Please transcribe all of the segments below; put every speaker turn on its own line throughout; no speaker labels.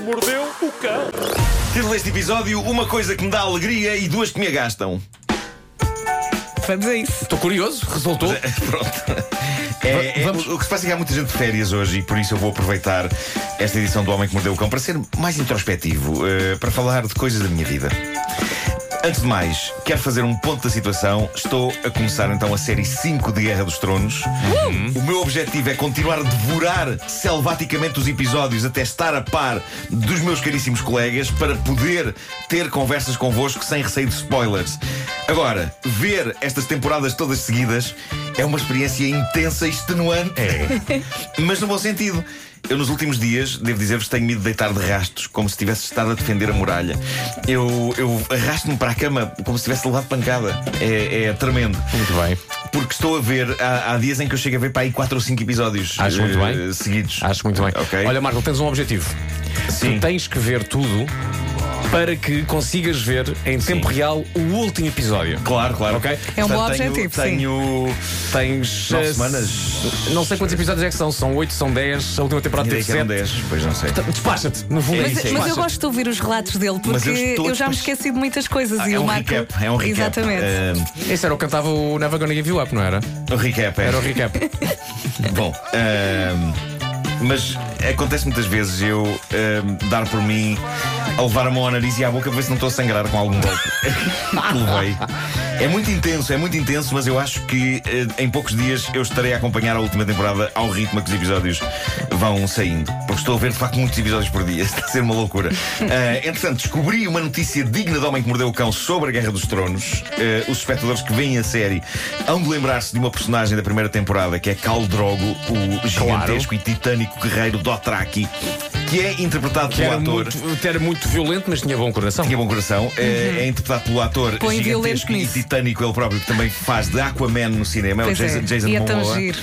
mordeu o cão.
Título deste episódio: Uma coisa que me dá alegria e duas que me agastam.
Vamos a isso.
Estou curioso, resultou.
Pronto. É, é,
Vamos-
o que se passa é que há muita gente de férias hoje e por isso eu vou aproveitar esta edição do Homem que Mordeu o Cão para ser mais introspectivo, eh, para falar de coisas da minha vida. Antes de mais, quero fazer um ponto da situação. Estou a começar então a série 5 de Guerra dos Tronos. O meu objetivo é continuar a devorar selvaticamente os episódios até estar a par dos meus caríssimos colegas para poder ter conversas convosco sem receio de spoilers. Agora, ver estas temporadas todas seguidas é uma experiência intensa e extenuante.
É.
Mas no bom sentido. Eu, nos últimos dias, devo dizer-vos, tenho-me de deitar de rastos, como se tivesse estado a defender a muralha. Eu, eu arrasto-me para a cama como se tivesse levado pancada. É, é tremendo.
Muito bem.
Porque estou a ver, há, há dias em que eu chego a ver para aí 4 ou 5 episódios
Acho muito
eh,
bem.
seguidos.
Acho muito bem.
Ok.
Olha, Marco, tens um objetivo.
Sim.
Tu tens que ver tudo para que consigas ver em tempo real o último episódio.
Claro, claro.
Ok.
É um bom
Portanto, tenho-
objetivo, sim.
Tenho.
Tens.
Nove
eh,
semanas?
Não sei quantos episódios é que são. São 8, são 10. A última temporada
Direi
teve
que eram
7.
10, pois não sei.
Despacha-te, no fundo.
É
Mas,
isso, é
mas eu
isso.
gosto de ouvir os relatos dele porque
eu
eu,
estou
já me
depois-
esqueci de muitas coisas
Ah,
e
é
o
um
Marco.
recap, é um recap.
Exatamente.
Esse era o que cantava o Never Gonna Give You Up, não era?
Eh, um recap, é.
Era o recap.
Bom, ahm, mas acontece muitas vezes eu ahm, dar por mim a levar a mão ao nariz e à boca para ver se não estou a sangrar com algum golpe que levei. É muito intenso, é muito intenso, mas eu acho que eh, em poucos dias eu estarei a acompanhar a última temporada ao ritmo que os episódios vão saindo. Porque estou a ver de facto muitos episódios por dia, está a ser uma loucura. Ah, entretanto, descobri uma notícia digna do homem que mordeu o cão sobre a Guerra dos Tronos. Eh, os espectadores que veem a série hão de lembrar-se de uma personagem da primeira temporada que é Khal Drogo, o gigantesco e titânico guerreiro Dothraki, que é interpretado
Que
pelo
era,
ator.
muito, era muito violento, mas tinha bom coração.
Tinha bom coração. É, é interpretado pelo ator
Uhum. Põe violento
gigantesco e
nisso.
titânico, ele próprio, que também faz de Aquaman no cinema.
Pois
é
é,
o Jason, Jason
e é tão
Momoa.
giro.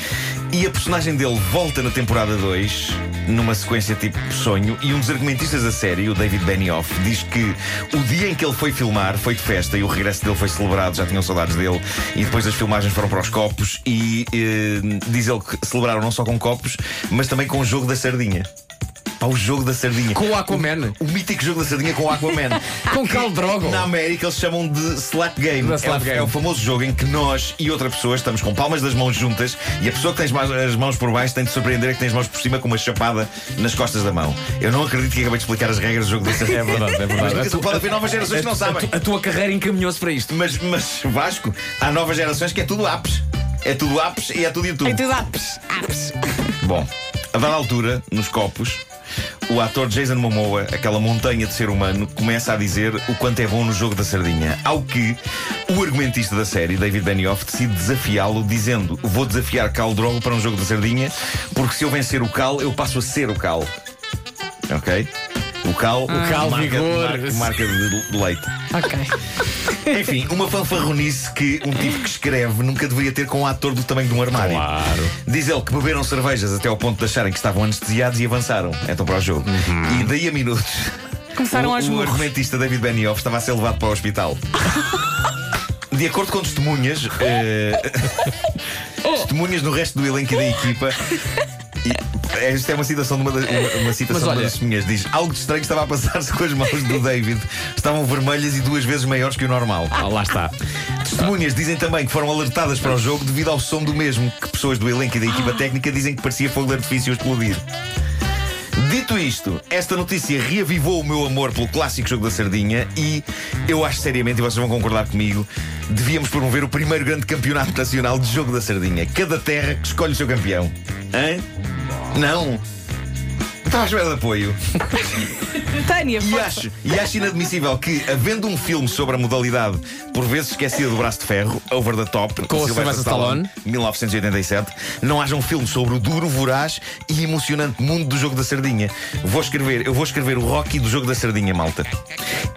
E a personagem dele volta na temporada 2, numa sequência tipo sonho, e um dos argumentistas da série, o David Benioff, diz que o dia em que ele foi filmar foi de festa e o regresso dele foi celebrado, já tinham saudades dele, e depois as filmagens foram para os copos, e eh, diz ele que celebraram não só com copos, mas também com o jogo da sardinha. Pá, o jogo da sardinha.
Com o Aquaman.
O mítico jogo da sardinha com o Aquaman.
Com Khal Drogo.
Na América eles chamam de slap game.
Da slap
é, o,
game.
é o famoso jogo em que nós e outra pessoa estamos com palmas das mãos juntas e a pessoa que tem as mãos- as mãos por baixo tem de surpreender a que tem as mãos por cima com uma chapada nas costas da mão. Eu não acredito que acabei de explicar as regras do jogo da sardinha.
É verdade, é
Mas
verdade.
nunca se pode haver novas gerações que não sabem.
A tua carreira encaminhou-se para isto.
Mas, mas, Vasco, há novas gerações que é tudo apps. É tudo apps e é tudo YouTube.
É tudo apes, apes.
Bom, a dada altura, nos copos, o ator Jason Momoa, aquela montanha de ser humano, começa a dizer o quanto é bom no jogo da sardinha. Ao que o argumentista da série, David Benioff, decide desafiá-lo, dizendo: Vou desafiar Cal Drogo para um jogo da sardinha, porque se eu vencer o Cal, eu passo a ser o Cal. Ok? O Cal, o
Cal
marca,
Vigor.
marca- marca de- de leite.
Ok.
Enfim, uma fanfarronice que um tipo que escreve nunca deveria ter com um ator do tamanho de um armário.
Claro.
Diz ele que beberam cervejas até ao ponto de acharem que estavam anestesiados e avançaram. Então para o jogo.
Uhum.
E daí a minutos.
Começaram
o,
aos
o
murros.
argumentista David Benioff estava a ser levado para o hospital. De acordo com testemunhas, eh, testemunhas no resto do elenco e da equipa. e- Esta é uma citação de uma, da- uma, uma citação
Mas
de uma
olha-
das testemunhas. Diz: Algo de estranho estava a passar-se com as mãos do David. Estavam vermelhas e duas vezes maiores que o normal.
Ah, lá está.
Testemunhas dizem também que foram alertadas para o jogo devido ao som do mesmo, que pessoas do elenco e da equipa técnica dizem que parecia fogo de artifício a explodir. Dito isto, esta notícia reavivou o meu amor pelo clássico jogo da sardinha e eu acho seriamente, e vocês vão concordar comigo, devíamos promover o primeiro grande campeonato nacional de jogo da sardinha. Cada terra que escolhe o seu campeão. Hã? Não? Estava à espera de apoio.
Tânia,
E
força.
acho, e acho inadmissível que, havendo um filme sobre a modalidade por vezes esquecida do braço de ferro, Over the Top,
Com o
de
Sylvester Stallone,
1987, não haja um filme sobre o duro, voraz e emocionante mundo do jogo da sardinha. Vou escrever, eu vou escrever o Rocky do jogo da sardinha, malta.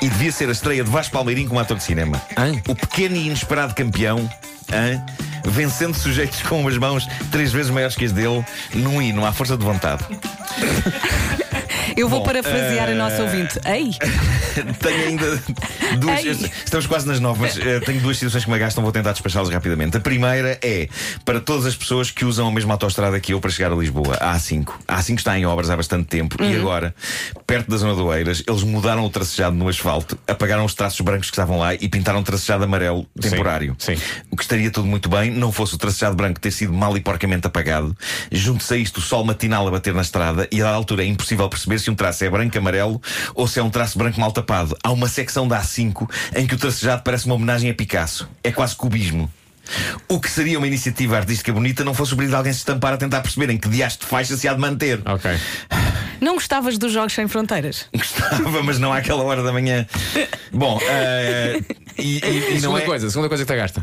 E devia ser a estreia de Vasco Palmeirinho como ator de cinema.
Hein?
O pequeno e inesperado campeão, hein? vencendo sujeitos com umas mãos três vezes maiores que as dele, num hino à força de vontade.
Eu vou
Bom,
parafrasear a nossa
eh,
ouvinte. Ei!
tenho ainda duas.
Ei.
Estamos quase nas nove, mas eh, tenho duas situações que me gastam, vou tentar despachá-las rapidamente. A primeira é para todas as pessoas que usam a mesma autoestrada que eu para chegar a Lisboa, a A5. A A5 está em obras há bastante tempo e agora, perto da zona do Eiras, eles mudaram o tracejado no asfalto, apagaram os traços brancos que estavam lá e pintaram um tracejado amarelo temporário.
sim.
O que estaria tudo muito bem, não fosse o tracejado branco ter sido mal e porcamente apagado. Junte-se a isto o sol matinal a bater na estrada e a dada altura é impossível perceber se um traço é branco, amarelo ou se é um traço branco mal tapado. Há uma secção da A5 em que o tracejado parece uma homenagem a Picasso. É quase cubismo. O que seria uma iniciativa artística bonita não fosse o brilho de alguém se estampar a tentar perceber em que dias de faixa se há de manter.
Ok.
Não gostavas dos Jogos Sem Fronteiras?
Gostava, mas não àquela hora da manhã. Bom, eh, e, e- e não
segunda
é...
coisa, segunda coisa que te gasta.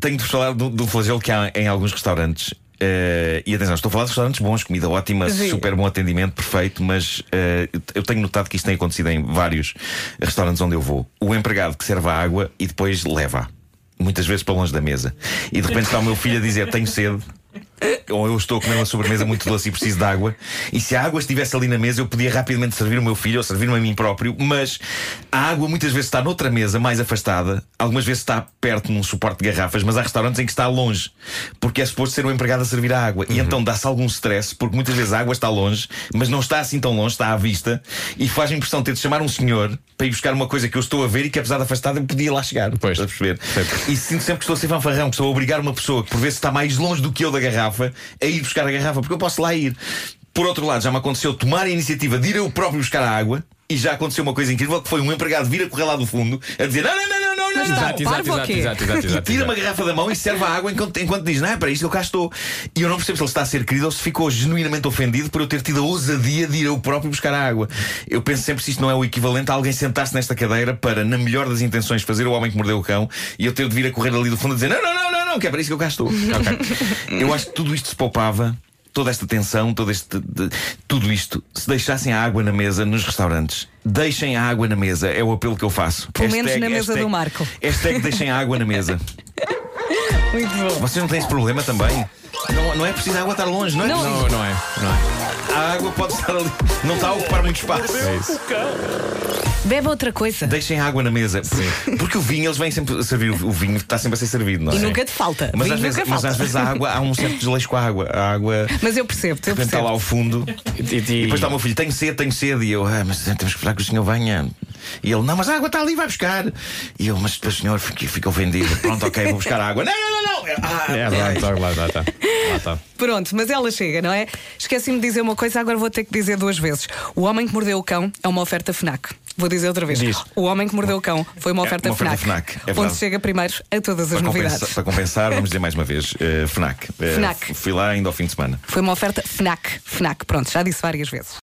Tenho de vos falar do, do flagelo que há em alguns restaurantes. Eh, e atenção, estou a falar de restaurantes bons, comida ótima,
Sim.
super bom atendimento, perfeito, mas eh, eu tenho notado que isto tem acontecido em vários restaurantes onde eu vou. O empregado que serve a água e depois leva muitas vezes para longe da mesa. E de repente está o meu filho a dizer: Tenho sede. Ou eu estou a comer uma sobremesa muito doce e preciso de água. E se a água estivesse ali na mesa, eu podia rapidamente servir o meu filho ou servir-me a mim próprio. Mas a água muitas vezes está noutra mesa, mais afastada. Algumas vezes está perto num suporte de garrafas, mas há restaurantes em que está longe. Porque é suposto ser o empregado a servir a água. E então dá-se algum stress, porque muitas vezes a água está longe, mas não está assim tão longe, está à vista. E faz-me impressão ter de chamar um senhor para ir buscar uma coisa que eu estou a ver e que, apesar de afastada, eu podia lá chegar.
Pois.
Estás a perceber? E sinto sempre que estou a ser fanfarrão, que estou a obrigar uma pessoa que por vezes está mais longe do que eu da garrafa a ir buscar a garrafa, porque eu posso lá ir. Por outro lado, já me aconteceu tomar a iniciativa de ir eu próprio buscar a água e já aconteceu uma coisa incrível que foi um empregado vir a correr lá do fundo a dizer: não, não, não, não, não, não, não.
Exato, exato, parvo ou quê?
exato, exato,
E tira uma garrafa da mão e serve a água enquanto, enquanto diz, não é para isto, eu cá estou. E eu não percebo se ele está a ser querido ou se ficou genuinamente ofendido por eu ter tido a ousadia de ir eu próprio buscar a água. Eu penso sempre se isto não é o equivalente a alguém sentar-se nesta cadeira para, na melhor das intenções, fazer o homem que mordeu o cão e eu ter de vir a correr ali do fundo a dizer, não, não, não, não, não, que é para isso que eu cá estou. Eu acho que tudo isto se poupava. Toda esta tensão, todo este, de- tudo isto, se deixassem a água na mesa nos restaurantes, deixem a água na mesa, é o apelo que eu faço.
Pelo menos na mesa do Marco.
Hashtag deixem a água na mesa.
Muito bom.
Vocês não têm esse problema também? Não, não é preciso a água estar longe, não é?
Não.
preciso.
Não, não é. Não
A água pode estar ali. Não está a ocupar muito espaço.
é. É isso.
Bebe outra coisa.
Deixem a água na mesa. Porque o vinho, eles vêm sempre a servir. O vinho está sempre a ser servido, não é?
E nunca te falta.
Mas,
Vinho
às vezes,
nunca é
mas
falta.
às vezes a água, há um certo desleixo com a água. A água.
Mas eu percebo, eu
Portanto, está lá
percebo.
ao fundo.
E,
E depois está o
uma...
meu filho, tenho sede, tenho sede. E eu, ah, mas temos que esperar que o senhor venha. E ele, não, mas a água está ali, vai buscar. E eu, mas depois o senhor fica, fica ofendido. Pronto, ok, vou buscar a água. Não, não, não, não. Ah,
É, lá está, lá está. Lá está.
Pronto, mas ela chega, não é? Esqueci-me de dizer uma coisa, agora vou ter que dizer duas vezes. O Homem que Mordeu o Cão é uma oferta FNAC. Vou dizer outra vez.
Diz.
O Homem que Mordeu o Cão foi uma
É
oferta,
uma oferta FNAC, é verdade.
onde chega primeiro a todas as
Para
novidades.
compensar, para compensar, vamos dizer mais uma vez, eh, FNAC. Eh,
FNAC.
f- Fui lá ainda ao fim de semana.
Foi uma oferta FNAC. FNAC, pronto, já disse várias vezes.